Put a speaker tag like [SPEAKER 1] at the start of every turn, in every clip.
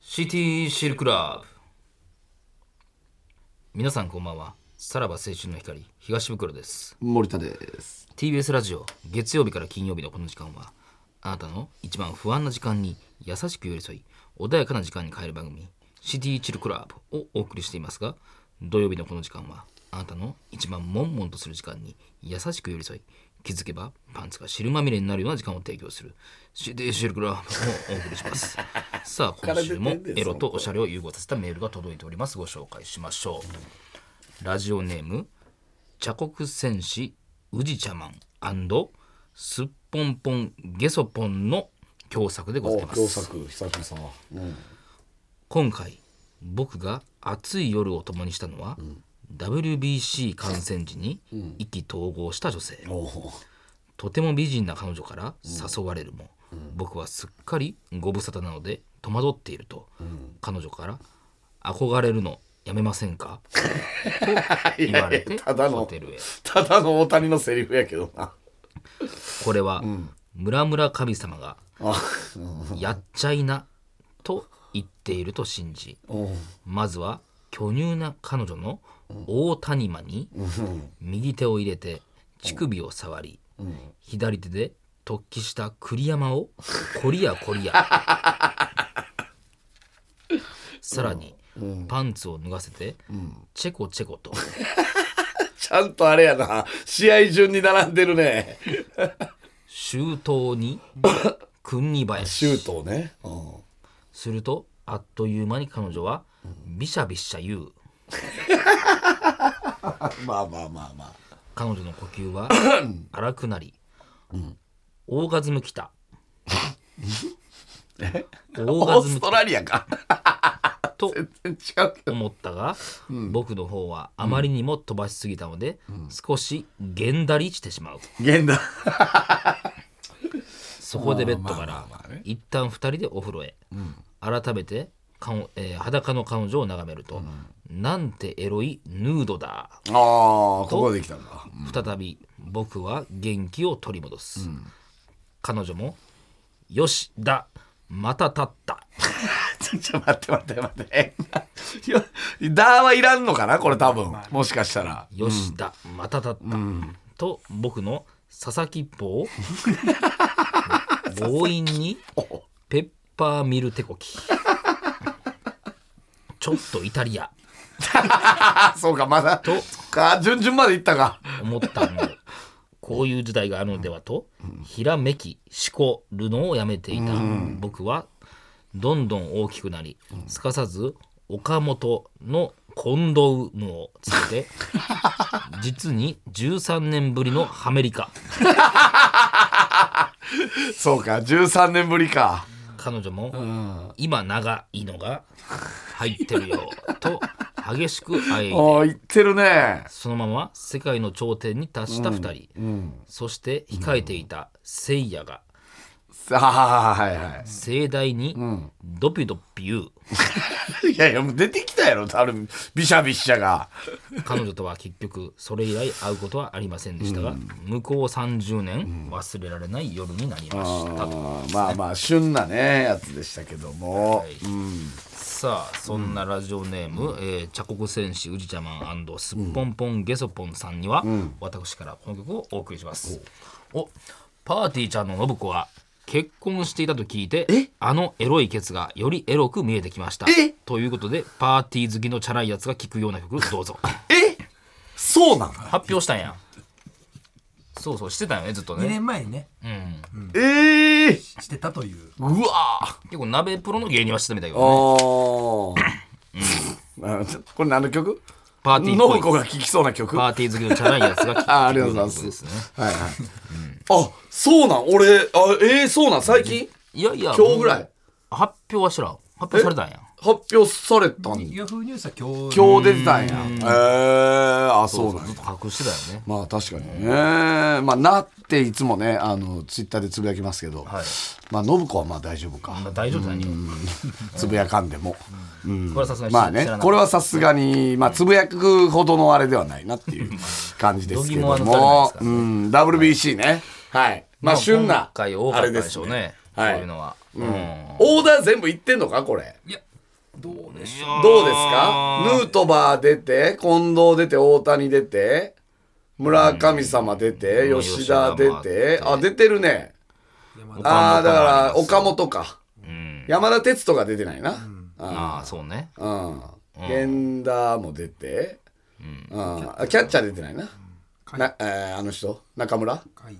[SPEAKER 1] シティシェルクラブ皆さんこんばんはさらば青春の光東袋です
[SPEAKER 2] 森田です。
[SPEAKER 1] TBS ラジオ月曜日から金曜日のこの時間はあなたの一番不安な時間に優しく寄り添い穏やかな時間に変える番組「シティチルクラブ」をお送りしていますが土曜日のこの時間はあなたの一番悶々とする時間に優しく寄り添い気づけばパンツが汁まみれになるような時間を提供する「シティチルクラブ」をお送りしますさあ今週もエロとおしゃれを融合させたメールが届いておりますご紹介しましょうラジオネーム茶国戦士宇治茶マンすっぽんぽんゲソポンの共作でございます
[SPEAKER 2] 作久々。
[SPEAKER 1] 今回僕が暑い夜を共にしたのは、WBC 観戦時に意気投合した女性、
[SPEAKER 2] おお。
[SPEAKER 1] とても美人な彼女から誘われるも、僕はすっかりご無沙汰なので戸惑っていると、彼女から「憧れるのやめませんか? 」 と言われ
[SPEAKER 2] いやい
[SPEAKER 1] て
[SPEAKER 2] やただの
[SPEAKER 1] ホテルへ
[SPEAKER 2] ただの大谷のセリフやけどな。
[SPEAKER 1] これは、村村神様が
[SPEAKER 2] あ、
[SPEAKER 1] 「やっちゃいな」と言っていると信じ
[SPEAKER 2] うん。
[SPEAKER 1] まずは巨乳な彼女の大谷間に右手を入れて乳首を触り左手で突起した栗山をこりやこりやさらにパンツを脱がせてチェコチェコと
[SPEAKER 2] ちゃんとあれやな。試合順に並んでるね。
[SPEAKER 1] 周到に君に林
[SPEAKER 2] シュートをね。うん。
[SPEAKER 1] するとあっという間に彼女はビシャビシャ言う
[SPEAKER 2] まあまあまあまあ。
[SPEAKER 1] 彼女の呼吸は荒くなり、オーガズムきたオーガ
[SPEAKER 2] オー
[SPEAKER 1] ズム
[SPEAKER 2] ス
[SPEAKER 1] き
[SPEAKER 2] トラリアか。
[SPEAKER 1] たと
[SPEAKER 2] 全然違うけど。
[SPEAKER 1] 思ったが、僕の方はあまりにも飛ばしすぎたので、少しげんだりしてしまう
[SPEAKER 2] 現代。
[SPEAKER 1] そこでベッドから
[SPEAKER 2] まあまあまあね
[SPEAKER 1] 一旦二人でお風呂へ、改めて顔、えー裸の彼女を眺めると、なんてエロいヌードだ
[SPEAKER 2] ああ、ここできたんだ。
[SPEAKER 1] 再び僕は元気を取り戻す、彼女も「よしだまた立った
[SPEAKER 2] ちょ、ちょ、待って待って待って。 いやダーはいらんのかなこれ多分。もしかしたら。
[SPEAKER 1] よしだ、また立った」と僕の佐々木っぽを強引にペッパーミル手こきちょっとイタリア
[SPEAKER 2] あ、そうか、まだ。
[SPEAKER 1] と
[SPEAKER 2] そっか、順々まで行ったか。
[SPEAKER 1] 思ったのでこういう時代があるのではと、ひらめきしこるのをやめていた、僕はどんどん大きくなり、すかさず岡本のコンドームをつけて実に13年ぶりのハメリカ
[SPEAKER 2] そうか、13年ぶりか。
[SPEAKER 1] 彼女も、今長いのが入ってるよと激しくあえいで
[SPEAKER 2] ああ、行ってるね。
[SPEAKER 1] そのまま世界の頂点に達した2人、そして控えていたせいやが
[SPEAKER 2] ああ、はいは
[SPEAKER 1] 盛大にドピドピ言う、
[SPEAKER 2] い。いやいや、もう出てきたやろ、あるビシャビシャが。
[SPEAKER 1] 彼女とは結局それ以来会うことはありませんでしたが、向こう30年忘れられない夜になりましたと、
[SPEAKER 2] あーまあまあ、旬なね、やつでしたけども。
[SPEAKER 1] さあそんなラジオネーム、えー茶国戦士宇治茶マンすっぽんぽんゲソポンさんには、私からこの曲をお送りします、おパーティーちゃんの信子は結婚していたと聞いてあのエロいケツがよりエロく見えてきました
[SPEAKER 2] え
[SPEAKER 1] ということでパーティー好きのチャラいやつが聴くような曲どう ぞ
[SPEAKER 2] えそうなの
[SPEAKER 1] 発表したんやそうそうしてたよねずっと
[SPEAKER 3] 2
[SPEAKER 1] ね、
[SPEAKER 3] 年前にね、
[SPEAKER 2] ええ
[SPEAKER 3] してたという。
[SPEAKER 2] うわ
[SPEAKER 1] 結構鍋プロの芸人はしてたみたいだけ
[SPEAKER 2] あ
[SPEAKER 1] ど、ね、
[SPEAKER 2] あ。これ何の曲
[SPEAKER 1] パーティー
[SPEAKER 2] 信
[SPEAKER 1] っぽ
[SPEAKER 2] 子
[SPEAKER 1] い
[SPEAKER 2] が聴きそうな曲
[SPEAKER 1] パ
[SPEAKER 2] は
[SPEAKER 1] ーティー好きのチャラいやつが聴く
[SPEAKER 2] あありがとうございます
[SPEAKER 1] 曲ですね
[SPEAKER 2] いはい。あ、そうなん俺、あ、ええそうなん最近
[SPEAKER 1] いやいや
[SPEAKER 2] 今日ぐらい
[SPEAKER 1] 発表は知らん発表されたんや
[SPEAKER 2] 発表されたん
[SPEAKER 3] ヤフーニュースは今日、
[SPEAKER 2] 今日出てたんや。ええあ、そうなんや
[SPEAKER 1] ずっと隠してたよね
[SPEAKER 2] まあ確かにね、まあなっていつもねあのツイッターでつぶやきますけど、
[SPEAKER 1] はい
[SPEAKER 2] まあ信子はまあ大丈夫か、
[SPEAKER 1] まあ大丈夫だよ
[SPEAKER 2] つぶやかんでも、
[SPEAKER 1] これはさすがに
[SPEAKER 2] まあね
[SPEAKER 1] 知らなかった
[SPEAKER 2] これはさすがに、まあ、つぶやくほどのあれではないなっていう感じですけども
[SPEAKER 1] 度肝は抜かれ
[SPEAKER 2] う、
[SPEAKER 1] なん
[SPEAKER 2] WBC ねはいまあ旬な
[SPEAKER 1] 今回多
[SPEAKER 2] あ
[SPEAKER 1] か
[SPEAKER 2] れ
[SPEAKER 1] った
[SPEAKER 2] で
[SPEAKER 1] ですしょう
[SPEAKER 2] ね
[SPEAKER 1] ねこう
[SPEAKER 2] はい
[SPEAKER 1] いうのはうん
[SPEAKER 2] オーダー全部いってんのかこれ
[SPEAKER 3] いや、
[SPEAKER 2] どうでし
[SPEAKER 1] いやー
[SPEAKER 2] どうですかヌートバー出て、近藤出て、大谷出て、村神様出て、
[SPEAKER 1] うん
[SPEAKER 2] 吉田出
[SPEAKER 1] 吉田もあってて、
[SPEAKER 2] あ、出てるね。
[SPEAKER 1] 岡本
[SPEAKER 2] ああ、だから、
[SPEAKER 1] も
[SPEAKER 2] 岡本か。
[SPEAKER 1] うん
[SPEAKER 2] 山田哲人が出てないな。あ
[SPEAKER 1] ああそうね
[SPEAKER 2] うん。源田も出て、
[SPEAKER 1] うん
[SPEAKER 2] うん。あキャッチャー出てないな。
[SPEAKER 3] 海
[SPEAKER 2] なえーあの人、中村
[SPEAKER 3] とか中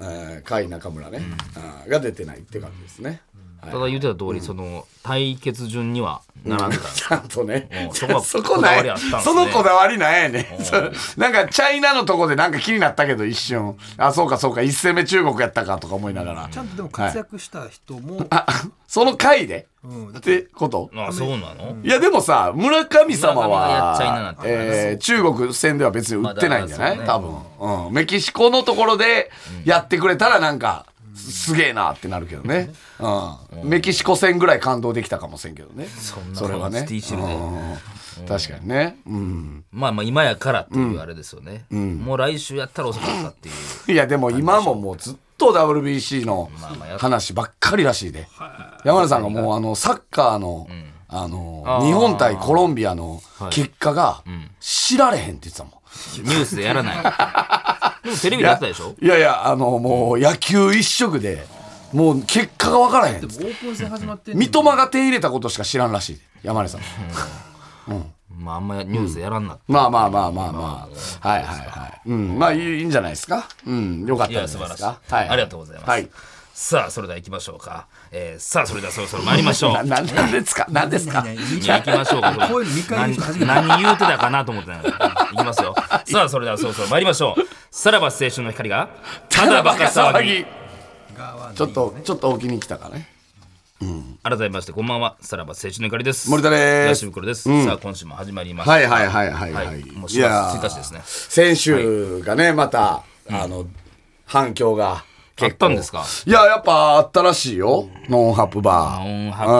[SPEAKER 2] え
[SPEAKER 3] 村
[SPEAKER 2] ー甲斐中村ね。あーが出てないって感じですね。はい
[SPEAKER 1] ただ言うてた通り、その対決順には並んでた、
[SPEAKER 2] ちゃんとね
[SPEAKER 1] う。ん
[SPEAKER 2] そ
[SPEAKER 1] そこは
[SPEAKER 2] こな
[SPEAKER 1] こだわりあ
[SPEAKER 2] い
[SPEAKER 1] ったんです。ね
[SPEAKER 2] そのこだわりなんやね
[SPEAKER 1] うん
[SPEAKER 2] ん。 そうなんか、チャイナのとこでなんか気になったけど、一瞬。あ、そうかそうか、一戦目中国やったかとか思いながら
[SPEAKER 3] ち。ゃんとでも活躍した人も、
[SPEAKER 2] あ、その回で
[SPEAKER 3] うん、だ
[SPEAKER 2] っ
[SPEAKER 3] って
[SPEAKER 2] てこと
[SPEAKER 1] ああそうなの、
[SPEAKER 2] いや、でもさ、村神様
[SPEAKER 1] 村上がやっちゃいなか
[SPEAKER 2] は
[SPEAKER 1] っ、たからね
[SPEAKER 2] えー中国戦では別に売ってないんじゃない
[SPEAKER 1] まだ
[SPEAKER 2] 多
[SPEAKER 1] そう
[SPEAKER 2] 分。うん。メキシコのところでやってくれたらなんか、すげえなってなるけどね。うん。メキシコ戦ぐらい感動できたかもしれんけどね。そ
[SPEAKER 1] んな
[SPEAKER 2] れはね。
[SPEAKER 1] スティーシルで
[SPEAKER 2] うん確かにね。うん。
[SPEAKER 1] まあまあ今やからっていうあれですよね、もう来週やったら遅かったっていう
[SPEAKER 2] いやでも今ももうずっと WBC の
[SPEAKER 1] まあまあやっ
[SPEAKER 2] 話ばっかりらしいで山根さんがもうあのサッカーのあの
[SPEAKER 1] あー
[SPEAKER 2] 日本対コロンビアの結果が知られへんって言ってたもん。
[SPEAKER 1] ニュースでやら ないでもテレビでやってたでしょ
[SPEAKER 2] いやいやあのもう野球一色でもう結果が分からへんっ
[SPEAKER 3] オ
[SPEAKER 2] つって
[SPEAKER 3] ープン戦始まってんのに
[SPEAKER 2] 三笘が手入れたことしか知らんらしいで 山根さん。
[SPEAKER 1] まああんまニュースでやらんな、
[SPEAKER 2] まあまあまあまあまあ。はいはいはい。うんまあいいいいんじゃないですか。うんよかった
[SPEAKER 1] い
[SPEAKER 2] んじゃ
[SPEAKER 1] や
[SPEAKER 2] な
[SPEAKER 1] 素晴
[SPEAKER 2] いです
[SPEAKER 1] らしい、
[SPEAKER 2] か。
[SPEAKER 1] ありがとうございます、
[SPEAKER 2] はい。
[SPEAKER 1] さあそれでは行きましょうか、えー、さあそれではそろそろ参りましょう
[SPEAKER 2] ななんですかなんですか
[SPEAKER 3] いやいや
[SPEAKER 1] じゃあ行きましょうか。
[SPEAKER 3] こういうの見返り初めて
[SPEAKER 1] 何何言うてたかなと思ってたの行きますよ。さあ、それではそろそろ参りましょう。さらば青春の光が、ただバカ騒ぎ。
[SPEAKER 3] 側の
[SPEAKER 2] ちょっと、ちょっと置きに来たかね。
[SPEAKER 1] 改めまして、こんばんは。さらば青春の光です。
[SPEAKER 2] 森田です
[SPEAKER 1] 東袋です。さあ、今週も始まりました。
[SPEAKER 2] はいはいはいはいはい。
[SPEAKER 1] はいい。もう4
[SPEAKER 2] や
[SPEAKER 1] 月1日ですね。
[SPEAKER 2] 先週がね、また、あの、反響が
[SPEAKER 1] あっ
[SPEAKER 2] 結構。
[SPEAKER 1] たんですか
[SPEAKER 2] いや、やっぱあったらしいよ。ノンハプバー。
[SPEAKER 1] オンハク
[SPEAKER 2] あ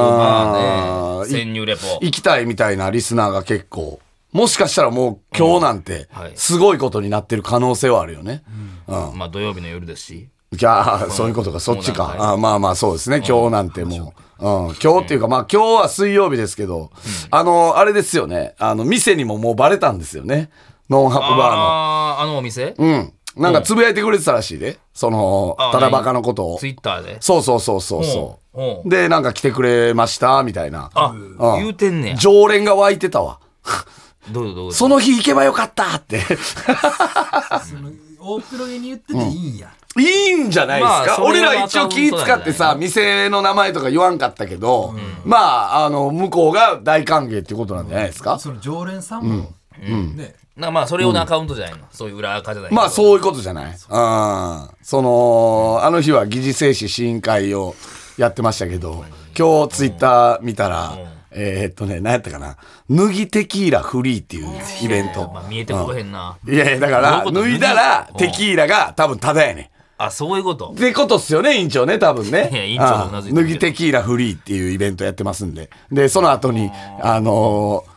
[SPEAKER 1] バー
[SPEAKER 2] ー
[SPEAKER 1] で、潜入レポ。
[SPEAKER 2] 行きたいみたいなリスナーが結構。もしかしたらもう今日なんて
[SPEAKER 1] うんはい、
[SPEAKER 2] すごいことになってる可能性はあるよね。うん。
[SPEAKER 1] まあ、土曜日の夜ですし。
[SPEAKER 2] じゃあ、そういうことか、そっち
[SPEAKER 1] も
[SPEAKER 2] か
[SPEAKER 1] う。なんか
[SPEAKER 2] あまあまあ、そうですね。今日なんてもう。うん、今日っていうか、まあ今日は水曜日ですけど、あの、あれですよね。あの、店にももうバレたんですよね。ノンハプバ
[SPEAKER 1] ああ、あのお店
[SPEAKER 2] ーの。うん。なんかつぶやいてくれてたらしいで。その、
[SPEAKER 1] あー
[SPEAKER 2] ただバカのことを
[SPEAKER 1] ツ。イッターで。
[SPEAKER 2] そうそうそうそうそ
[SPEAKER 1] うんう
[SPEAKER 2] う。
[SPEAKER 1] ん
[SPEAKER 2] で、なんか来てくれました、みたいな。
[SPEAKER 1] あ、言うてんねや。
[SPEAKER 2] 常連が湧いてたわ。
[SPEAKER 1] どうぞどうぞ。
[SPEAKER 2] その日行けばよかったって。
[SPEAKER 3] その大黒げに言ってていいんや、
[SPEAKER 2] いいんじゃないですか、
[SPEAKER 1] まあそ
[SPEAKER 2] 俺
[SPEAKER 1] れが
[SPEAKER 2] ら一応気使ってさ、
[SPEAKER 1] ま
[SPEAKER 2] 店の名前とか言わんかったけど、まあ、あの、向こうが大歓迎っていうことなんじゃないですか、
[SPEAKER 3] その常連さんも、ね
[SPEAKER 1] なまあ、それ用のアカウントじゃないの。そういう裏アカじゃないの
[SPEAKER 2] まあ、そういうことじゃないうん。その、あの日は疑似精子試飲会をやってましたけど、今日ツイッター見たら、えーっとね、何やったかな、脱ぎテキーラフリーっていうイベント。
[SPEAKER 1] まあ、見えてこへんな。
[SPEAKER 2] いやいや、だか
[SPEAKER 1] ど
[SPEAKER 2] ら、
[SPEAKER 1] ういうこと
[SPEAKER 2] 脱いだら
[SPEAKER 1] うん
[SPEAKER 2] テキーラが多分タダやねん。
[SPEAKER 1] あ、そういうこと
[SPEAKER 2] っ。てことっすよね、委員長ね、多分ね。
[SPEAKER 1] いや委員長もうなずいて
[SPEAKER 2] 脱
[SPEAKER 1] るけど
[SPEAKER 2] ぎテキーラフリーっていうイベントやってますんで。で、その後に、あのー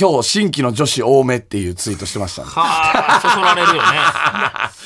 [SPEAKER 2] 今日新規の女子多めっていうツイートしてましたんで。
[SPEAKER 1] はあ、そそられる よね。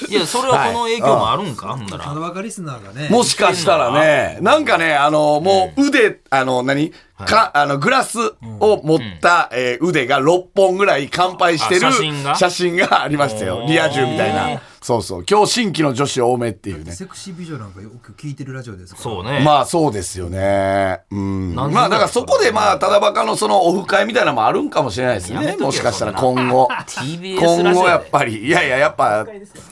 [SPEAKER 1] いや、それはこの影響もあるんか、ほんな
[SPEAKER 3] た
[SPEAKER 1] ら。
[SPEAKER 3] だ若リスナーがね
[SPEAKER 2] もしかしたらね、なんかね、あのーもう腕、あの、何か、あの、グラスを持った、えー腕が6本ぐらい乾杯してる
[SPEAKER 1] あ写真が
[SPEAKER 2] 写真がありましたよ。
[SPEAKER 1] おー
[SPEAKER 2] リア充みたいな。そうそう。今日新規の女子多めっていうね。
[SPEAKER 3] セクシー美女なんかよく聞いてるラジオですから
[SPEAKER 1] そうね。
[SPEAKER 2] まあそうですよね。うん。
[SPEAKER 1] なんで
[SPEAKER 2] まあだからそこでまあ、ただバカのそのオフ会みたいなのもあるんかもしれないです
[SPEAKER 1] やめ
[SPEAKER 2] ね。
[SPEAKER 1] とけよ
[SPEAKER 2] もしかしたら今後。
[SPEAKER 1] TBS
[SPEAKER 2] 今
[SPEAKER 1] ラジオ
[SPEAKER 2] 後
[SPEAKER 1] で
[SPEAKER 2] やっぱり、いやいややっぱ、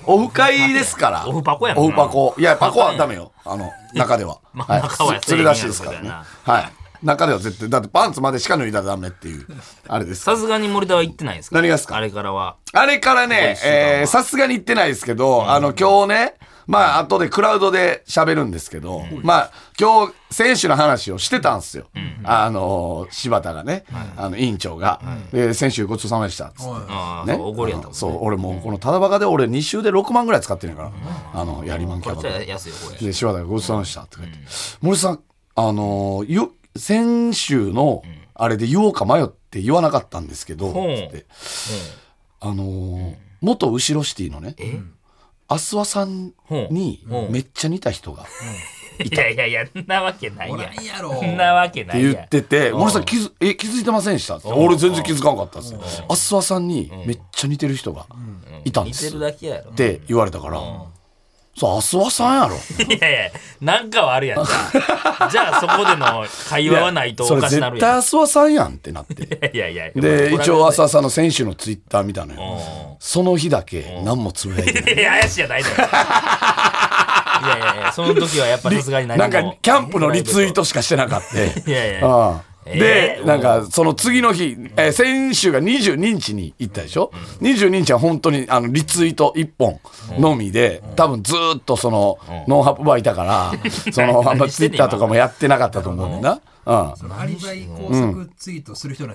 [SPEAKER 2] オフ会ですから。
[SPEAKER 1] オフパコやんな
[SPEAKER 2] オフパコ。いや、パコはダメよ。あの、中では。
[SPEAKER 1] まあ
[SPEAKER 2] はい
[SPEAKER 1] 中はやっ。
[SPEAKER 2] す
[SPEAKER 1] た
[SPEAKER 2] る
[SPEAKER 1] ら
[SPEAKER 2] らしいですから
[SPEAKER 1] いい
[SPEAKER 2] ね。
[SPEAKER 1] やん
[SPEAKER 2] はい。中では絶対、だってパンツまでしか脱いだらダメっていう、あれですから
[SPEAKER 1] さすがに森田は言ってないんですか
[SPEAKER 2] 何がっすか
[SPEAKER 1] あれからは。
[SPEAKER 2] あれから
[SPEAKER 1] ここ
[SPEAKER 2] ね
[SPEAKER 1] 一、週間は
[SPEAKER 2] えーさすがに行ってないですけど、あの、今日ね、まあ、後でクラウドで喋るんですけど、まあ、今日、選手の話をしてたんですよ。あのー、柴田がね、あの、委員長が、で、選手ごちそうさまでした、つって。
[SPEAKER 3] はい
[SPEAKER 1] ああ、
[SPEAKER 2] ね、
[SPEAKER 1] そう怒りやったもん、
[SPEAKER 2] うん
[SPEAKER 1] ね。
[SPEAKER 2] そう、俺もう、このただバカで俺2週で6万ぐらい使ってるから、あの、やりまんキ
[SPEAKER 1] これ
[SPEAKER 2] ャバ
[SPEAKER 1] じ
[SPEAKER 2] ク
[SPEAKER 1] ゃ
[SPEAKER 2] ラ。
[SPEAKER 1] 安いよ、これ。
[SPEAKER 2] で、柴田がごちそうさまでした、とか言って。森さん、あのー、よ、先週の、あれで言おうか迷って言わなかったんですけど、
[SPEAKER 1] ほう
[SPEAKER 2] つって。あのー元後ろシティのね、
[SPEAKER 1] え
[SPEAKER 2] アスワさん
[SPEAKER 1] ほう
[SPEAKER 2] に
[SPEAKER 1] ほう
[SPEAKER 2] めっちゃ似た人が
[SPEAKER 1] いやいやいや、んなわけない
[SPEAKER 3] お
[SPEAKER 1] や
[SPEAKER 3] ら
[SPEAKER 1] ん。
[SPEAKER 3] んやろ
[SPEAKER 1] んなわけな
[SPEAKER 2] て
[SPEAKER 1] い
[SPEAKER 2] 言
[SPEAKER 1] やん。
[SPEAKER 2] ってて、森さん気づ、え、気づいてませんでしたって俺全然気づかなかったんですよ。あっすわさんにめっちゃ似てる人がいたんです。
[SPEAKER 1] 似てるだけやろ。
[SPEAKER 2] って言われたから、そう、あすわさんやろ。
[SPEAKER 1] いやいや、なんかはあるやん。じ ゃあじゃあそこでの会話はないと
[SPEAKER 2] そ
[SPEAKER 1] お
[SPEAKER 2] れ
[SPEAKER 1] かし
[SPEAKER 2] 絶
[SPEAKER 1] なる
[SPEAKER 2] 対
[SPEAKER 1] や
[SPEAKER 2] あすわさんやんってなって。
[SPEAKER 1] ん。いやいやいや。
[SPEAKER 2] で、一応、あす
[SPEAKER 1] 朝。
[SPEAKER 2] わさんの選手のツイッター見たのよ。その日だけ何もつぶやいてない。
[SPEAKER 1] いや、怪しいやない のよ。いやいやいや、その時はやっぱさすがに何
[SPEAKER 2] なん
[SPEAKER 1] も
[SPEAKER 2] かキャンプのリツイートしかしてなかっ
[SPEAKER 1] いやいやい
[SPEAKER 2] た。
[SPEAKER 1] や
[SPEAKER 2] ああ
[SPEAKER 1] えー
[SPEAKER 2] で、
[SPEAKER 1] うん
[SPEAKER 2] なんかその次の日、えー先週が22日に行ったでしょ、22日は本当にあのリツイート1本のみで、多分ずーっとその、ノンハプバーいたからその あんまツイッターとかもやってなかったと思うんだな、
[SPEAKER 3] アリバイ工作ツイートする人な、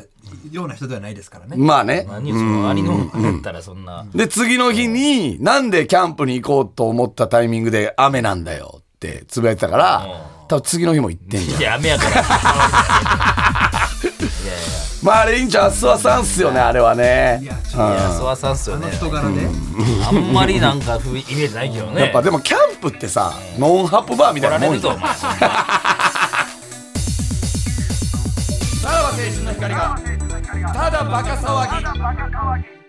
[SPEAKER 3] ような人ではないですから
[SPEAKER 2] うん、
[SPEAKER 3] ね。
[SPEAKER 2] まあね
[SPEAKER 1] 何そのありのだったらそんな。
[SPEAKER 2] で次の日に、なんでキャンプに行こうと思ったタイミングで雨なんだよってつぶやいてたから、多分次の日も行ってんじゃん
[SPEAKER 1] いや、雨やから。
[SPEAKER 2] まああれインちゃんあすわさんっすよねあれはね
[SPEAKER 3] いや、ちょっ
[SPEAKER 1] いや、そわさんっすよ
[SPEAKER 3] とあの
[SPEAKER 1] ね。
[SPEAKER 3] 人柄で、
[SPEAKER 1] あんまりなんかふイメージないけどね。
[SPEAKER 2] やっぱでもキャンプってさノンハップバーみたい
[SPEAKER 1] 怒
[SPEAKER 2] な
[SPEAKER 1] られ
[SPEAKER 2] もん
[SPEAKER 1] るぞ、
[SPEAKER 2] よ
[SPEAKER 1] お前。
[SPEAKER 2] さらば青春の光がただバカ騒ぎ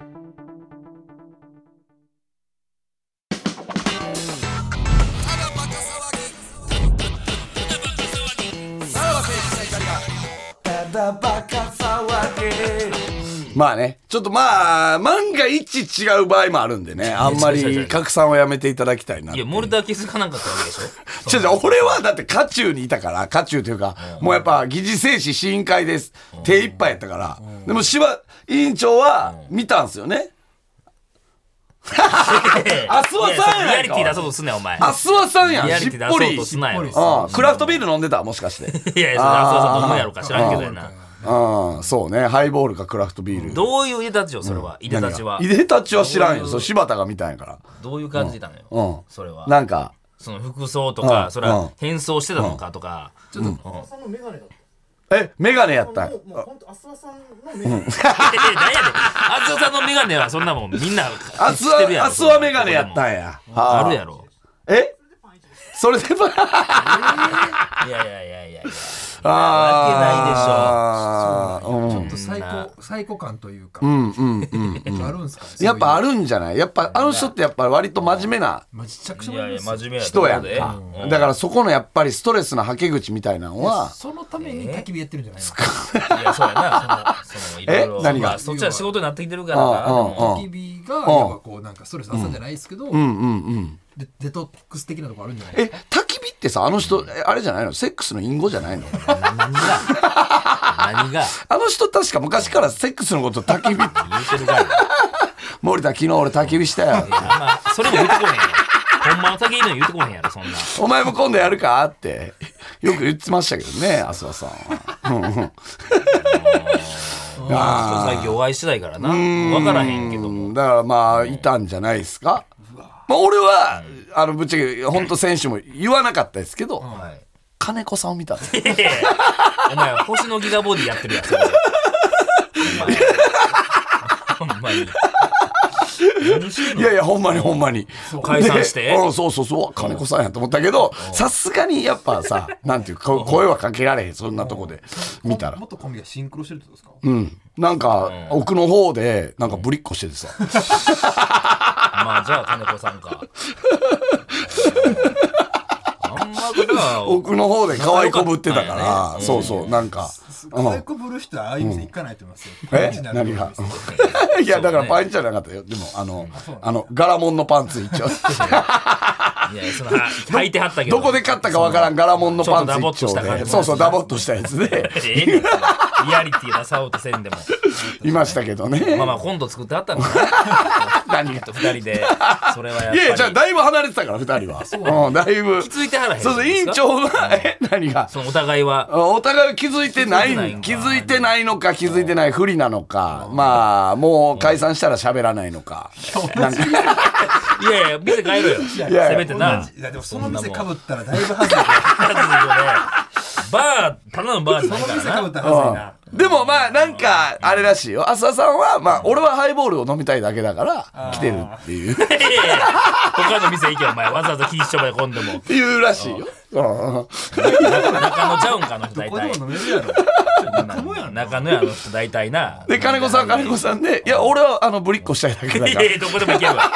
[SPEAKER 2] まあねちょっとまあ万が一違う場合もあるんでねあんまり拡散はやめていただきたいない
[SPEAKER 1] や、モルター気づかなかったわけでしょ。
[SPEAKER 2] 違う違う俺はだって渦中にいたから渦中というか、もうやっぱ疑似精神死因会です、手一杯やったから、でも芝委員長は見たんすよね、あすわさんやない
[SPEAKER 1] いリアリ
[SPEAKER 2] か
[SPEAKER 1] ティ出そうとすんねんお前。
[SPEAKER 2] あすわさんや
[SPEAKER 1] リア
[SPEAKER 2] んし
[SPEAKER 1] リ
[SPEAKER 2] っ
[SPEAKER 1] ティ出
[SPEAKER 2] ぽ
[SPEAKER 1] そう
[SPEAKER 2] り
[SPEAKER 1] とすなよ。
[SPEAKER 3] しっ
[SPEAKER 2] う
[SPEAKER 3] ぽ
[SPEAKER 2] んクラフトビール飲んでたもしか して
[SPEAKER 1] いやいや、そんなあすわさん飲むやろか知らんけどやな。
[SPEAKER 2] うんそうねハイボールかクラフトビール
[SPEAKER 1] どういういでたちよ、それは。いでたちは
[SPEAKER 2] 何。がいでたちは知らんよそう柴田が見たんやか
[SPEAKER 1] どういう感じでたの
[SPEAKER 2] らう
[SPEAKER 1] よ
[SPEAKER 2] ん。
[SPEAKER 1] それは。
[SPEAKER 2] なんか
[SPEAKER 1] その服装と
[SPEAKER 2] う
[SPEAKER 1] か、
[SPEAKER 2] ん
[SPEAKER 1] それは
[SPEAKER 2] うん
[SPEAKER 1] 変装してたのかとか。
[SPEAKER 3] ちょっと、
[SPEAKER 4] さんのメガネだった。
[SPEAKER 2] え眼鏡やったん
[SPEAKER 4] もう、もう、
[SPEAKER 2] あ
[SPEAKER 4] 本当、あすわさんのメガネ。
[SPEAKER 1] いやいや何やねん。あすわさんのメガネはそんなもんみんな
[SPEAKER 2] あす
[SPEAKER 1] 知ってるや
[SPEAKER 2] わ
[SPEAKER 1] ろ。
[SPEAKER 2] あすわ眼鏡やった
[SPEAKER 1] ん
[SPEAKER 2] んや
[SPEAKER 1] あ
[SPEAKER 2] あ
[SPEAKER 1] るやろ。
[SPEAKER 2] えそれで
[SPEAKER 1] いやいやいやいやいや。
[SPEAKER 2] ああーうん
[SPEAKER 3] ちょっと最高、最高感というか、あるんすかね
[SPEAKER 2] やっぱあるんじゃないやっぱあの人ってやっぱ割と真面目な
[SPEAKER 3] まあ、ちっちゃくし
[SPEAKER 1] い
[SPEAKER 3] もあ
[SPEAKER 1] やいや、
[SPEAKER 3] ります
[SPEAKER 1] 真
[SPEAKER 3] よ
[SPEAKER 1] 面目や
[SPEAKER 2] 人やん
[SPEAKER 1] で
[SPEAKER 2] か、だからそこのやっぱりストレスのはけ口みたいなのは
[SPEAKER 3] そのために焚き火やってるんじゃないですか。
[SPEAKER 1] いや、そうやな。そのそのいろいろ
[SPEAKER 2] え何が
[SPEAKER 1] まあそっちは仕事になってきてるから
[SPEAKER 2] ああ
[SPEAKER 1] な。でも
[SPEAKER 2] ああ
[SPEAKER 3] 焚き火が、やっぱこう、なんかストレス朝じゃないですけど、
[SPEAKER 2] うんうんうん
[SPEAKER 3] デデトックス的なとこあるんじゃない
[SPEAKER 2] え焚き火ってさあの人えあれじゃないのセックスの隠語じゃないの
[SPEAKER 1] 何が何が
[SPEAKER 2] あの人確か昔からセックスのこと焚き火 って
[SPEAKER 1] 言うてるから。
[SPEAKER 2] 森田昨日俺焚き火した よ
[SPEAKER 1] あんまそれも言うてこへんやろ。ほんまの先に言うてこへんやろ、そんな。
[SPEAKER 2] お前も今度やるかってよく言ってましたけどね浅田さんはうんうん
[SPEAKER 1] あ最近お会いしてないからな。わからへんけども。
[SPEAKER 2] だからまあいたんじゃないですか、まあ、俺はあのぶっちゃけ本当選手も言わなかったですけど、
[SPEAKER 1] はい
[SPEAKER 2] 金子さんを見たんです
[SPEAKER 1] いやいやお前、星のギガボディやってるやつ。お前ほんまに。何してん
[SPEAKER 2] い
[SPEAKER 1] の
[SPEAKER 2] やいやほんまにほんまに
[SPEAKER 1] 解散して
[SPEAKER 2] でうんそうそうそう金子さんやと思ったけどさすがにやっぱ さなんていうかこ声はかけられへんそんなとこで見たら
[SPEAKER 3] もっとコンビがシンクロしてるってことですか、
[SPEAKER 2] うんなんか奥の方でなんかぶりっこしててさ
[SPEAKER 1] まあ、じゃあ、金子さん か。あんまこれは
[SPEAKER 2] 奥の方で可愛いこぶってたから、
[SPEAKER 1] うん
[SPEAKER 2] そうそうなんか、うん
[SPEAKER 3] 最高ブルー人はああいう店行かないと思いますよ。
[SPEAKER 2] え
[SPEAKER 3] パンチになる
[SPEAKER 2] 何が
[SPEAKER 3] と思います よ
[SPEAKER 2] いやだからパンツじゃなかったよでもあの
[SPEAKER 3] そうなんだ
[SPEAKER 2] あの柄物のパンツ 一丁
[SPEAKER 1] いや、その、は履いてはったけど。
[SPEAKER 2] どこで買ったかわからん柄物のパンツ一
[SPEAKER 1] ちょっとダボっとした
[SPEAKER 2] 丁
[SPEAKER 1] 感じの
[SPEAKER 2] でそうそうダボっとしたや つで
[SPEAKER 1] ええねんそれリアリティ出さおうとせん でも。
[SPEAKER 2] いましたけどね
[SPEAKER 1] まあまあ、今度作ってあったのかな。
[SPEAKER 2] 何が
[SPEAKER 1] ちょっと二人で、それはやっぱ
[SPEAKER 2] い
[SPEAKER 1] り。
[SPEAKER 2] やいやじゃあだいぶ離れてたから二人はうんだいぶ
[SPEAKER 1] 気づいてはらへん。
[SPEAKER 2] そうそう委員長はえ何が
[SPEAKER 1] そのお互いは、
[SPEAKER 2] お互い気づいてな
[SPEAKER 1] 気づいてない
[SPEAKER 2] い
[SPEAKER 1] んか
[SPEAKER 2] 気づいてないのか気づいてない不利なのかまあもう解散したら喋らないのかなんか
[SPEAKER 1] いやいや、店帰るよ。
[SPEAKER 2] や
[SPEAKER 1] せめてな。
[SPEAKER 3] いやでもその店
[SPEAKER 1] そんな
[SPEAKER 3] か
[SPEAKER 1] もん
[SPEAKER 3] ぶったらだいぶ外れてる。
[SPEAKER 1] バー、ただのバーじゃない
[SPEAKER 3] その店
[SPEAKER 1] か
[SPEAKER 3] か
[SPEAKER 1] ら
[SPEAKER 3] ぶっ
[SPEAKER 1] な。
[SPEAKER 3] たら外れな。
[SPEAKER 2] でもまあなんかあれらしいよ浅田さんはまあ俺はハイボールを飲みたいだけだから来てるっていうっ
[SPEAKER 1] いやいや他の店行けよ、お前。わざわざ禁止書まで今度も。
[SPEAKER 2] ていうらしいようん
[SPEAKER 1] 中野ちゃうんかあの人大
[SPEAKER 3] これ
[SPEAKER 1] 体
[SPEAKER 3] でも飲めるやろ。
[SPEAKER 1] 中野やん中野やあの人大体な
[SPEAKER 2] で金子さん金子さんで「いや俺はあのぶりっこしたいだけ
[SPEAKER 1] いや
[SPEAKER 2] だ
[SPEAKER 1] い
[SPEAKER 2] から
[SPEAKER 1] やどこでも行けるわ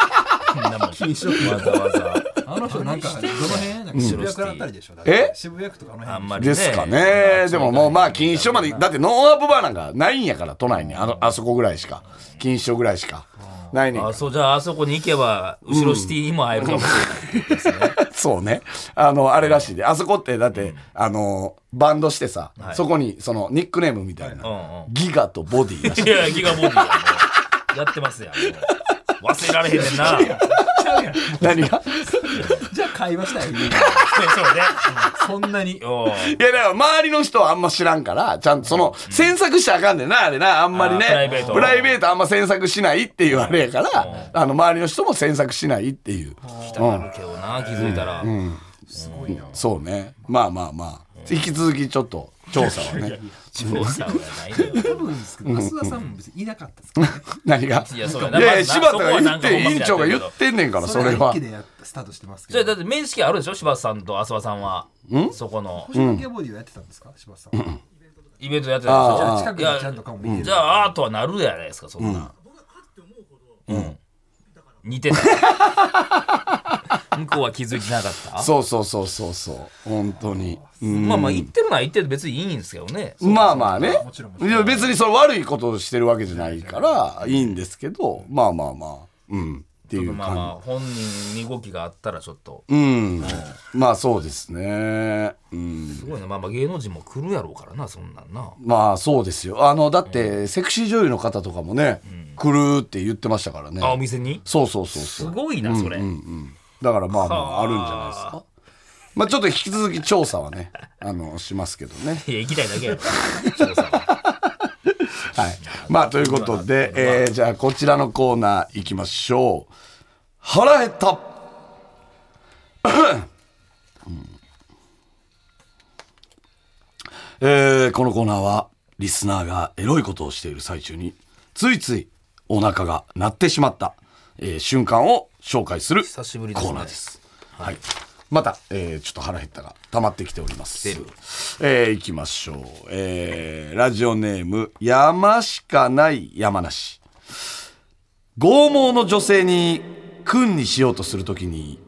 [SPEAKER 1] そんなもん
[SPEAKER 3] 禁止
[SPEAKER 1] わざわざ
[SPEAKER 3] あの人なんか、どの辺なんか渋谷からあったりでしょ。だって
[SPEAKER 2] え
[SPEAKER 3] 渋谷区とかあの
[SPEAKER 1] あん
[SPEAKER 3] 辺。
[SPEAKER 1] ま」りね
[SPEAKER 2] ですかねでももうまあ禁止所までだってノンアップバーなんかないんやから都内にあのあそこぐらいしか禁止所ぐらいしかないねんか
[SPEAKER 1] あ
[SPEAKER 2] ら
[SPEAKER 1] そうじゃああそこに行けば後ろシティにも会えるかもしれない、
[SPEAKER 2] そうね。あの、あれらしいで。あそこって、だって、あの、バンドしてさ、
[SPEAKER 1] はい
[SPEAKER 2] そこに、その、ニックネームみたいな、
[SPEAKER 1] うんうん
[SPEAKER 2] ギガとボディらしい。
[SPEAKER 1] いやギガボディやもうやってますやんもう忘れられへんね んな
[SPEAKER 3] ちゃうやん
[SPEAKER 2] 何が
[SPEAKER 3] じゃあ会話したい。
[SPEAKER 1] そうね
[SPEAKER 3] そんなに。
[SPEAKER 1] おう
[SPEAKER 2] いや、だから周りの人はあんま知らんから、ちゃんとその、詮索しちゃあかんねんな、あれな、あんまりね。
[SPEAKER 1] あープライベート
[SPEAKER 2] プライベートあんま詮索しないっていうあれやから、あの、周りの人も詮索しないっていう。
[SPEAKER 1] 汚るけどな気づいたら、
[SPEAKER 3] すごいな。
[SPEAKER 2] そうね。まあまあまあ。引き続きちょっと、調査はね。
[SPEAKER 1] 地方さんはないのよ
[SPEAKER 3] 多分ですけど、増田さんも別にいなかったですからね。
[SPEAKER 2] 何が
[SPEAKER 1] いやそうやない
[SPEAKER 2] やいや、
[SPEAKER 1] まず
[SPEAKER 2] 柴
[SPEAKER 1] な
[SPEAKER 2] 田が
[SPEAKER 1] そこ
[SPEAKER 2] 言っ
[SPEAKER 1] はなんかほ
[SPEAKER 2] て、
[SPEAKER 1] んま
[SPEAKER 2] 委員長が言ってんねんから、それ
[SPEAKER 3] は
[SPEAKER 2] は
[SPEAKER 3] 一気。でやっスタートしてますけ
[SPEAKER 1] それ
[SPEAKER 3] ど。
[SPEAKER 1] だって面識あるでしょ柴田さんと浅輪さんはそこの
[SPEAKER 3] 星野キャボディはやってたんですか柴田さんは。
[SPEAKER 1] イベントやってたでしょ
[SPEAKER 3] じゃあ
[SPEAKER 2] あ
[SPEAKER 3] 近くにちゃんと顔見てる。
[SPEAKER 1] じゃあアートはなるじゃないですかそんな、うん似 てた向こうは気づいてなかった
[SPEAKER 2] そうそうそうそうそう本当に、うん
[SPEAKER 1] まあまあ言ってるのは言ってる別にいいんですけどね
[SPEAKER 2] まあまあね
[SPEAKER 3] もちろんもちろ
[SPEAKER 2] い
[SPEAKER 3] ん
[SPEAKER 2] や別にそれ悪いことをしてるわけじゃないからいいんですけどまあまあまあうんっていう
[SPEAKER 1] まあま
[SPEAKER 2] 感
[SPEAKER 1] あ本人に動きがあったらちょっと
[SPEAKER 2] じうんまあそうですねうん
[SPEAKER 1] すごいなまあまあ芸能人も来るやろうからなそんなんな
[SPEAKER 2] まあそうですよあのだってセクシー女優の方とかもね、来るって言ってましたからね
[SPEAKER 1] あお店に
[SPEAKER 2] そうそうそうそ
[SPEAKER 1] す
[SPEAKER 2] う
[SPEAKER 1] ごいなそれ、
[SPEAKER 2] だからまあまあ
[SPEAKER 1] はあ
[SPEAKER 2] あるんじゃないですかまあちょっと引き続き調査 はねあのしますけどね
[SPEAKER 1] いや行きたいだけやろ調査は
[SPEAKER 2] はい。まあ、ということで、えーじゃあ、こちらのコーナー行きましょう。腹減った。うんえーこのコーナーは、リスナーがエロいことをしている最中に、ついついお腹が鳴ってしまった、えー瞬間を紹介するコ
[SPEAKER 1] 久しぶりですね
[SPEAKER 2] ーナーです。はい。また、えーちょっと腹減ったが溜まってきております。
[SPEAKER 1] 来てる
[SPEAKER 2] えー、いきましょう。えー、ラジオネーム、山しかない山梨。剛毛の女性に、君にしようとするときに、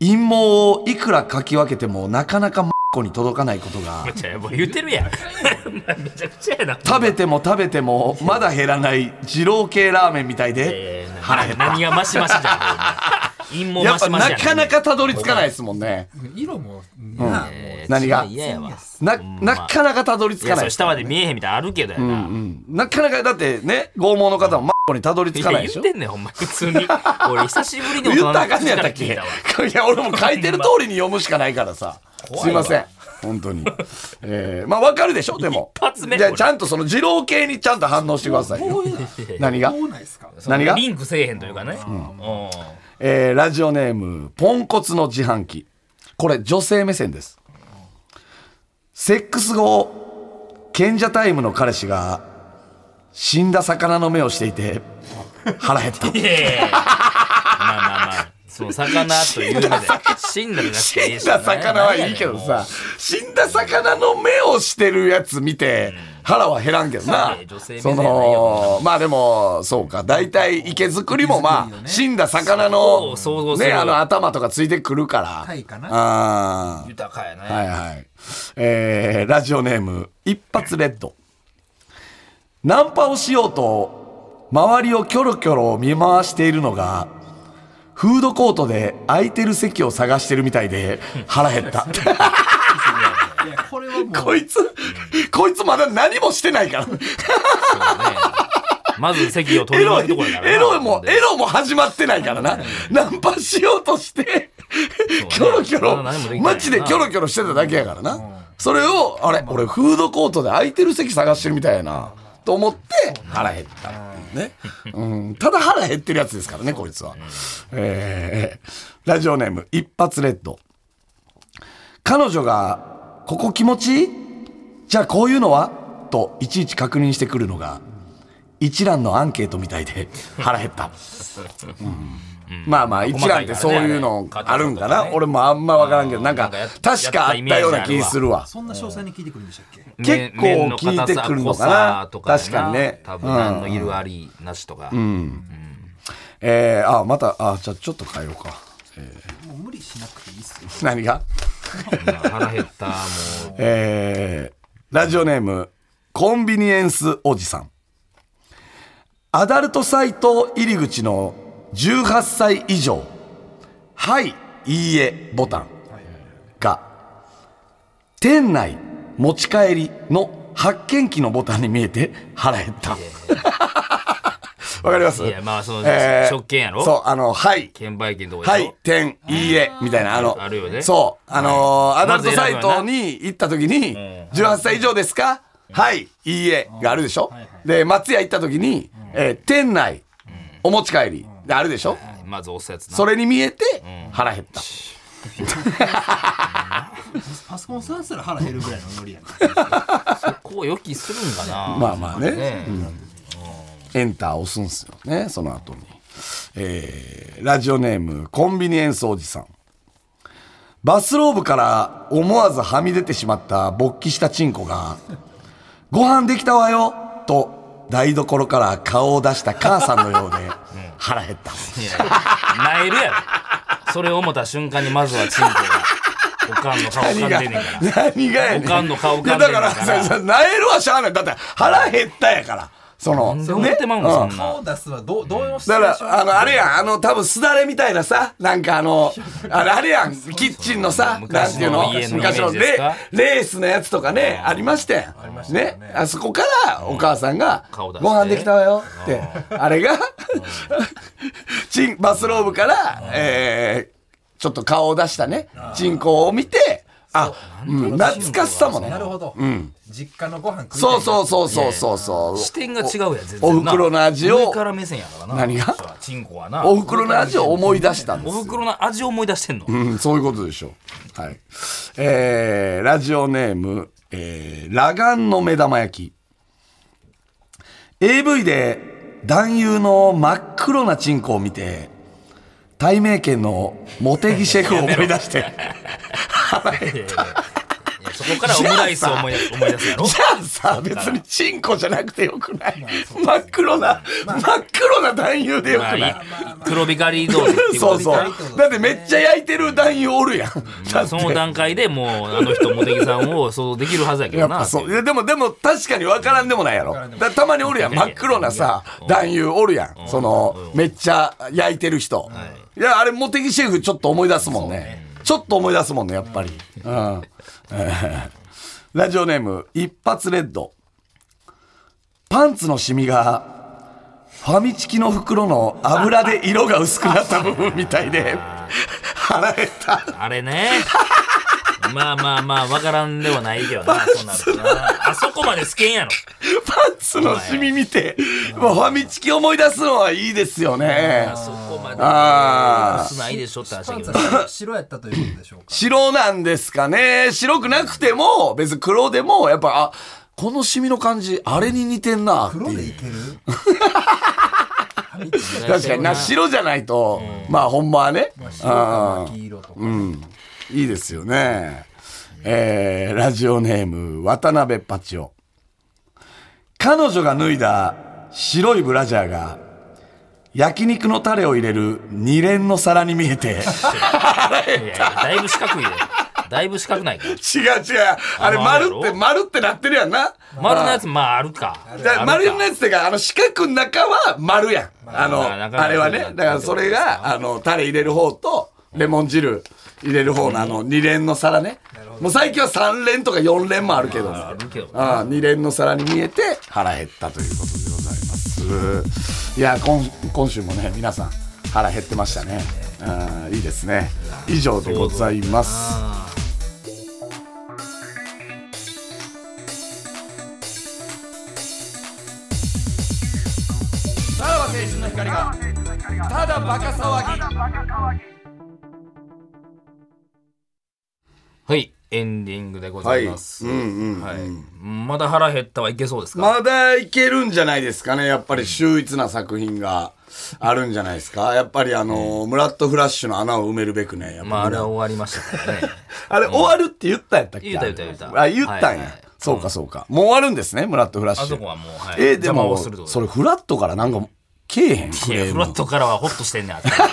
[SPEAKER 2] 陰毛をいくらかき分けてもなかなかマッコに届かないこと が
[SPEAKER 1] め、ちゃやばい言ってるやん めちゃくちゃやな
[SPEAKER 2] 食べても食べてもまだ減らない二郎系ラーメンみたいで
[SPEAKER 1] えー、
[SPEAKER 2] 腹減った。
[SPEAKER 1] 何がマシマシじゃん陰謀
[SPEAKER 2] や
[SPEAKER 1] マ
[SPEAKER 2] っぱ
[SPEAKER 1] シマシ
[SPEAKER 2] な
[SPEAKER 1] やん
[SPEAKER 2] かなかたどり着かないですもんね。
[SPEAKER 3] 色も、なあ、もう。
[SPEAKER 2] 何が
[SPEAKER 1] 嫌やわ
[SPEAKER 2] な、
[SPEAKER 1] ほんま
[SPEAKER 2] なかなかたどり着
[SPEAKER 1] い
[SPEAKER 2] か
[SPEAKER 1] や
[SPEAKER 2] な
[SPEAKER 1] そ
[SPEAKER 2] いで
[SPEAKER 1] れ
[SPEAKER 2] す
[SPEAKER 1] 下
[SPEAKER 2] か
[SPEAKER 1] ま
[SPEAKER 2] らね、
[SPEAKER 1] で見えへんみたいなのあるけどやな、
[SPEAKER 2] なかなかだってね、剛毛の方もマッコにたどり着かないでしょ
[SPEAKER 1] 言ってんねんほんま普通に俺久しぶりに大
[SPEAKER 2] 言っ
[SPEAKER 1] 人
[SPEAKER 2] たら
[SPEAKER 1] の
[SPEAKER 2] あかん
[SPEAKER 1] 口
[SPEAKER 2] ねやっ
[SPEAKER 1] か
[SPEAKER 2] た
[SPEAKER 1] ら
[SPEAKER 2] っけ
[SPEAKER 1] 聞
[SPEAKER 2] い
[SPEAKER 1] いたわ
[SPEAKER 2] や俺も書いてる通りに読むしかないからさす
[SPEAKER 1] 怖
[SPEAKER 2] い
[SPEAKER 1] いわ
[SPEAKER 2] ません本当にえーまあわかるでしょでも
[SPEAKER 1] 一発目
[SPEAKER 2] じゃあ
[SPEAKER 1] これ
[SPEAKER 2] ちゃんとその二郎系にちゃんと反応してくださいよ 何が
[SPEAKER 3] そうないですか。
[SPEAKER 1] その
[SPEAKER 2] 何が
[SPEAKER 1] リンクせえへんというかね、うん
[SPEAKER 2] えーラジオネームポンコツの自販機これ女性目線ですセックス後賢者タイムの彼氏が死んだ魚の目をしていて腹 減った
[SPEAKER 1] いやいやいやまあまあまあその魚というので死んだじゃなくてい
[SPEAKER 2] 死
[SPEAKER 1] い
[SPEAKER 2] ん
[SPEAKER 1] し
[SPEAKER 2] だ魚はいいけどさ死んだ魚の目をしてるやつ見て腹は減らんけどな
[SPEAKER 1] そうね女性目
[SPEAKER 2] そ
[SPEAKER 1] 線はない
[SPEAKER 2] の
[SPEAKER 1] よ
[SPEAKER 2] まあでもそうか大体池作りもま
[SPEAKER 3] 池作りよ
[SPEAKER 2] あ
[SPEAKER 3] ね
[SPEAKER 2] 死んだ魚
[SPEAKER 1] そ
[SPEAKER 2] の
[SPEAKER 1] う想像する
[SPEAKER 2] ねあの頭とかついてくるから
[SPEAKER 3] タイかな
[SPEAKER 2] あー
[SPEAKER 1] 豊かやね、
[SPEAKER 2] はいはいえーラジオネーム一発レッドナンパをしようと周りをキョロキョロ見回しているのがフードコートで空いてる席を探してるみたいで腹減った。
[SPEAKER 3] いや、これはもう。
[SPEAKER 2] こいつ、こいつまだ何もしてないから。
[SPEAKER 1] そうねまず席を取
[SPEAKER 2] エ
[SPEAKER 1] り戻す
[SPEAKER 2] ロい、
[SPEAKER 1] ところやからな
[SPEAKER 2] エロも、
[SPEAKER 1] ほんで
[SPEAKER 2] エロも始まってないからな。ナンパしようとして、キョロキョ
[SPEAKER 1] まだ何もで
[SPEAKER 2] ロ、
[SPEAKER 1] きない
[SPEAKER 2] マジでキョロキョロしてただけやからな。それを、あれ、俺フードコートで空いてる席探してるみたいやな。と思って腹減ったっていうね、うん、ただ腹減ってるやつですからねこいつは、えーラジオネーム一発レッド彼女が「ここ気持ちいい?」じゃあこういうのはといちいち確認 してくるのが一覧のアンケートみたいで腹減った、まあまあ一覧ってそういうのあるんかな俺もあんま分からんけどなんか確かあったような気するわ
[SPEAKER 3] そんな詳細に聞いてくるんでしたっけ
[SPEAKER 2] 結構
[SPEAKER 1] 麺の硬さ
[SPEAKER 2] 効いてくるのかな
[SPEAKER 1] 濃さとか
[SPEAKER 2] 確かにね
[SPEAKER 1] 多分何の色ありなしとか、
[SPEAKER 2] えー、あまたあじゃあちょっと変えようか
[SPEAKER 3] もう無理しなくていいっすよ。
[SPEAKER 2] 何が
[SPEAKER 1] まあ腹減ったもう
[SPEAKER 2] えーラジオネームコンビニエンスおじさんアダルトサイト入り口の18歳以上「はい」「いいえ」ボタンが「店内持ち帰り」の発見機のボタンに見えて腹減った わかります
[SPEAKER 1] いやまあその、
[SPEAKER 2] えー
[SPEAKER 1] 食券やろ
[SPEAKER 2] そうあの「はい」
[SPEAKER 1] 券売機のとこや
[SPEAKER 2] は
[SPEAKER 1] ろ
[SPEAKER 2] い、点、いいえ、みたいな、あの、
[SPEAKER 1] あるよね
[SPEAKER 2] そう、あのーアダルト
[SPEAKER 1] まず
[SPEAKER 2] サ
[SPEAKER 1] 選ぶ
[SPEAKER 2] イ
[SPEAKER 1] わな
[SPEAKER 2] トに行った時に、18歳以上ですかはい、いいえ、があるでしょで、松屋行った時に、えー店内、お持ち帰り、であるでしょ
[SPEAKER 1] まず押すやつな
[SPEAKER 2] それに見えて、腹減った。
[SPEAKER 3] パソコンさんすら腹減るぐらいのノリやな。
[SPEAKER 1] こう予期するんかな
[SPEAKER 2] まあまあね
[SPEAKER 1] ね
[SPEAKER 2] エンター押すんすよね、その後に。えーラジオネーム、コンビニエンスおじさん。バスローブから思わずはみ出てしまった勃起したチンコが、ご飯できたわよと台所から顔を出した母さんのようで、腹減った。
[SPEAKER 1] いやなえるやろそれを思った瞬間にまずはチンコがおかんの顔浮かんでんねんから
[SPEAKER 2] 何がやねん。
[SPEAKER 1] おかんの顔浮
[SPEAKER 2] いや
[SPEAKER 1] かんで
[SPEAKER 2] だ
[SPEAKER 1] んね
[SPEAKER 2] か
[SPEAKER 1] んから
[SPEAKER 2] ら、さなえるはしゃあない。だって腹減ったやから。その、
[SPEAKER 1] なんで思ってまうん
[SPEAKER 2] ね
[SPEAKER 1] そん な
[SPEAKER 3] 顔出すはどう、どうし
[SPEAKER 2] だから、あの、あれやん、あの、多分すだれみたいなさ、なんかあ の、あれあれやん、キッチンのさ、なんていうの、
[SPEAKER 1] 昔の家の
[SPEAKER 2] 昔の
[SPEAKER 1] イメージです
[SPEAKER 2] レ
[SPEAKER 1] か
[SPEAKER 2] レースのやつとかね、ありましたやん。ね、あそこから、お母さんが、
[SPEAKER 1] 顔出して
[SPEAKER 2] ご飯できたわよって、あれが、チン、バスローブから、えー、ちょっと顔を出したね、チンコを見て、あ、うん懐かしさもね
[SPEAKER 3] な。るほど。実家のご飯食いたい
[SPEAKER 2] そうそうそうそうそうそう。
[SPEAKER 1] 視点が違うやん全然な
[SPEAKER 2] お袋の味を
[SPEAKER 1] 上から目線やからな
[SPEAKER 2] 何が
[SPEAKER 1] こっちはチンコはな
[SPEAKER 2] お袋の味を思い出したんです
[SPEAKER 1] お
[SPEAKER 2] よ
[SPEAKER 1] 袋の味を思い出してんの
[SPEAKER 2] うん、そういうことでしょう。はい。えー、ラジオネーム、えー、ラガンの目玉焼き。AV で男優の真っ黒なチンコを見て、対名権の茂木シェフを思い出して、
[SPEAKER 1] いやそこからオムライスを思い出 す思い出すやろ
[SPEAKER 2] じゃあさ、別にチンコじゃなくてよくない。真っ黒な、真っ黒な男優でよく
[SPEAKER 1] ま
[SPEAKER 2] な
[SPEAKER 1] あ
[SPEAKER 2] い。
[SPEAKER 1] い黒光り通りっていうこと
[SPEAKER 2] そう
[SPEAKER 1] で
[SPEAKER 2] そう
[SPEAKER 3] いってことです。ね
[SPEAKER 2] だってめっちゃ焼いてる男優おるやん。だって
[SPEAKER 1] その段階でもうあの人茂木さんを想像できるはずやけ
[SPEAKER 2] や
[SPEAKER 1] ど
[SPEAKER 2] っ
[SPEAKER 1] な
[SPEAKER 2] ぱそう。い
[SPEAKER 1] ってい
[SPEAKER 2] や、でも、でも、確かに分からんでもないやろ。だからたまにおるやん。真っ黒なさ、男優おるやん。その、めっちゃ焼いてる人。いや、あれ、茂木シェフちょっと思い出すもんね。ちょっと思い出すもんね、やっぱり。うん。 ラジオネーム、一発レッド。パンツのシミが、ファミチキの袋の油で色が薄くなった部分みたいで、 腹減った。
[SPEAKER 1] あれ ねまあまあまあ分からんではないけどなそうなるとなあそこまで好きんやろ
[SPEAKER 2] パンツのシミ見て、もうファミチキ思い出すのはいいですよね
[SPEAKER 1] あ。そこま
[SPEAKER 2] あー
[SPEAKER 1] で薄ないでしょって話
[SPEAKER 3] パ
[SPEAKER 1] だ
[SPEAKER 3] ン
[SPEAKER 1] け
[SPEAKER 3] ツ
[SPEAKER 1] ど
[SPEAKER 3] は白やったということでしょうか。
[SPEAKER 2] 白なんですかね。白くなくても、別に黒でも、やっぱ、あ、このシミの感じ、あれに似てんなって
[SPEAKER 3] 黒で
[SPEAKER 2] いう。
[SPEAKER 3] いける
[SPEAKER 2] 確かにな、白じゃないと、まあ、ほんまはね。
[SPEAKER 3] 白か黄色とか。
[SPEAKER 2] いいですよね。えー、ラジオネーム、渡辺パチオ。彼女が脱いだ白いブラジャーが、焼肉のタレを入れる二連の皿に見えて、
[SPEAKER 1] いやいやだいぶ四角いでだいぶ四角ないか
[SPEAKER 2] 違う違う。あれ、
[SPEAKER 1] あまあ
[SPEAKER 2] 丸っ
[SPEAKER 1] や
[SPEAKER 2] て、
[SPEAKER 1] ろ
[SPEAKER 2] 丸ってなってるやんな。
[SPEAKER 1] 丸のやつまああるか
[SPEAKER 2] だから丸のやつってか、あの四角の中は丸やん。あの、
[SPEAKER 1] まあ中が
[SPEAKER 2] あれはね
[SPEAKER 1] そう。なんだ
[SPEAKER 2] だからそれが、あの、タレ入れる方と、レモン汁入れる方のあの、二連の皿ね。もう最近は三連とか四連もあるけどね。
[SPEAKER 1] あるけどね
[SPEAKER 2] ああ二連の皿に見えて腹減ったということでございますいや今今週もね皆さん腹減ってましたねああいいですね以上でございますさらば青春の光がただバカ騒ぎ
[SPEAKER 1] はいエンディングでございます。
[SPEAKER 2] はいうんうんうん
[SPEAKER 1] はいまだ腹減ったはいけそうですか、
[SPEAKER 2] まだいけるんじゃないですかねやっぱり秀逸な作品があるんじゃないですかやっぱりあのムラットフラッシュの穴を埋めるべくねやっぱ
[SPEAKER 1] まあ、あれは終わりましたから ね。
[SPEAKER 2] あれ終わるって言ったんやったっけ
[SPEAKER 1] 言った言った言った
[SPEAKER 2] あ言ったん
[SPEAKER 1] はいは
[SPEAKER 2] や
[SPEAKER 1] い
[SPEAKER 2] そうかそうかもう終わるんですねムラットフラッシュ
[SPEAKER 1] あそこはもう、はい、
[SPEAKER 2] えーで
[SPEAKER 1] 邪魔
[SPEAKER 2] も
[SPEAKER 1] をすると
[SPEAKER 2] それフラットからなんかけえへんク
[SPEAKER 1] いや
[SPEAKER 2] レー
[SPEAKER 1] フ
[SPEAKER 2] ム
[SPEAKER 1] ラットからはホッとしてんねんあったら向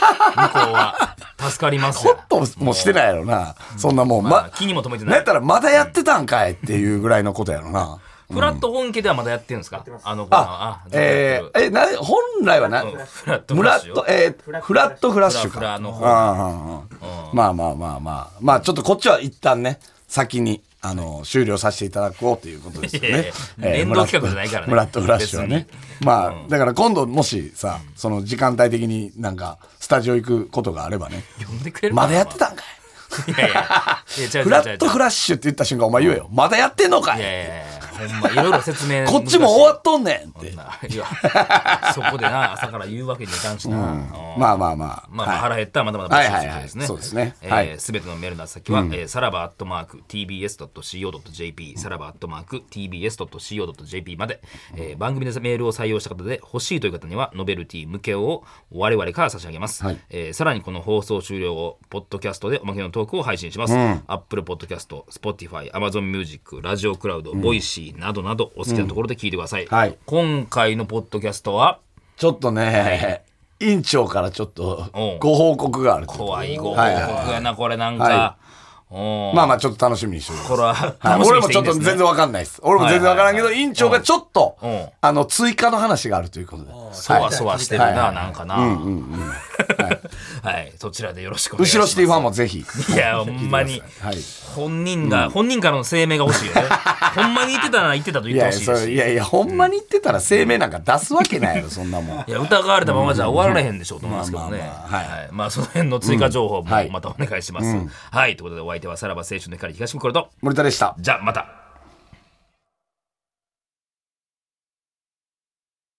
[SPEAKER 1] こうは助かりますよ
[SPEAKER 2] ホッともしてないやろなそんなもん
[SPEAKER 1] まあ
[SPEAKER 2] ま
[SPEAKER 1] 気にも留めて
[SPEAKER 2] なん
[SPEAKER 1] な
[SPEAKER 2] や
[SPEAKER 1] い
[SPEAKER 2] ったらまだやってたんかいっていうぐらいのことやろな
[SPEAKER 1] フラット本家ではまだやってるんですかあの子は
[SPEAKER 2] あえーえな本来はな
[SPEAKER 1] フラット
[SPEAKER 2] ム
[SPEAKER 1] フラッ
[SPEAKER 2] ラ
[SPEAKER 1] シ
[SPEAKER 2] ッ
[SPEAKER 1] ュ
[SPEAKER 2] トえーフラットフラッシュ
[SPEAKER 1] フラフラ
[SPEAKER 2] か
[SPEAKER 1] の方
[SPEAKER 2] ああああまあまあまあまあまあちょっとこっちは一旦ね先にあの終了させていただこうということですよ
[SPEAKER 1] いやい
[SPEAKER 2] ね
[SPEAKER 1] や。連動企画じゃないからね
[SPEAKER 2] ムラットフラッシュはね。まあだから今度もしさその時間帯的になんかスタジオ行くことがあればね。
[SPEAKER 1] 呼んでくれるか
[SPEAKER 2] ま
[SPEAKER 1] な
[SPEAKER 2] だやってたんかい。
[SPEAKER 1] いやいやいや違う違う違う
[SPEAKER 2] フラットフラッシュって言った瞬間お前言えよ。まだやってんのか
[SPEAKER 1] い
[SPEAKER 2] い。
[SPEAKER 1] やいやいやほんまいろいろ説明
[SPEAKER 2] こっちも終わっとんねんって。
[SPEAKER 1] 難しいよそんないやそこでな朝から言うわけにいかんしな、うん
[SPEAKER 2] まあまあまあ。
[SPEAKER 1] まあ、
[SPEAKER 2] はい
[SPEAKER 1] 腹減ったらまだまだ募集してる
[SPEAKER 2] はいはいはいそうですね
[SPEAKER 1] え
[SPEAKER 2] は
[SPEAKER 1] ー
[SPEAKER 2] い
[SPEAKER 1] すべ、てのメールの宛先は、えーさらばアットマーク tbs.co.jp、さらばアットマーク tbs.co.jp まで、えー番組でメールを採用した方で欲しいという方には、ノベルティ向けを我々から差し上げます。
[SPEAKER 2] はい
[SPEAKER 1] えーさらにこの放送終了後、ポッドキャストでおまけのトークを配信します。Apple Podcast、Spotify、Amazon Music、ラジオクラウド、ボイシーなどなどお好きなところで聞いてください。
[SPEAKER 2] はい
[SPEAKER 1] 今回のポッドキャストは、
[SPEAKER 2] ちょっとね、委員長からちょっと
[SPEAKER 1] おう
[SPEAKER 2] ご報告があると
[SPEAKER 1] 怖いご報告
[SPEAKER 2] はいはい
[SPEAKER 1] やな、これなん
[SPEAKER 2] は
[SPEAKER 1] か。おー
[SPEAKER 2] まあまあちょっと楽しみにしております
[SPEAKER 1] これは
[SPEAKER 2] はい
[SPEAKER 1] 楽しみ
[SPEAKER 2] 俺
[SPEAKER 1] にし
[SPEAKER 2] も
[SPEAKER 1] ていいん
[SPEAKER 2] ちょっ
[SPEAKER 1] で
[SPEAKER 2] と
[SPEAKER 1] すね
[SPEAKER 2] 全然わかんないです。俺も全然わからんけど、委員長がちょっと
[SPEAKER 1] うん、
[SPEAKER 2] あの、追加の話があるということで。
[SPEAKER 1] そわそわしてる
[SPEAKER 2] はい
[SPEAKER 1] な、
[SPEAKER 2] はい
[SPEAKER 1] なんかな。はい、そちらでよろしくお願いし
[SPEAKER 2] 後
[SPEAKER 1] ま
[SPEAKER 2] ろ
[SPEAKER 1] す。
[SPEAKER 2] シティファンもぜひ。
[SPEAKER 1] いや、ほんまに
[SPEAKER 2] 聞いてくださいはい。
[SPEAKER 1] 本人が、本人からの声明が欲しい よね。ほんまに言ってたな、言ってたと言
[SPEAKER 2] い
[SPEAKER 1] ってほ
[SPEAKER 2] やいや
[SPEAKER 1] しい
[SPEAKER 2] それ
[SPEAKER 1] し。
[SPEAKER 2] いやいや、ほんまに言ってたら声明なんか出すわけないよ、そんなもん。
[SPEAKER 1] いや、疑われたままじゃ終わられへんでしょうと思いますけどね。
[SPEAKER 2] うんまあまあまあ
[SPEAKER 1] はい。まあ、その辺の追加情報も
[SPEAKER 2] はい
[SPEAKER 1] またお願いします。はい。ということで、お相手はさらば青春の光東袋と、
[SPEAKER 2] 森田でした。
[SPEAKER 1] じゃあまた。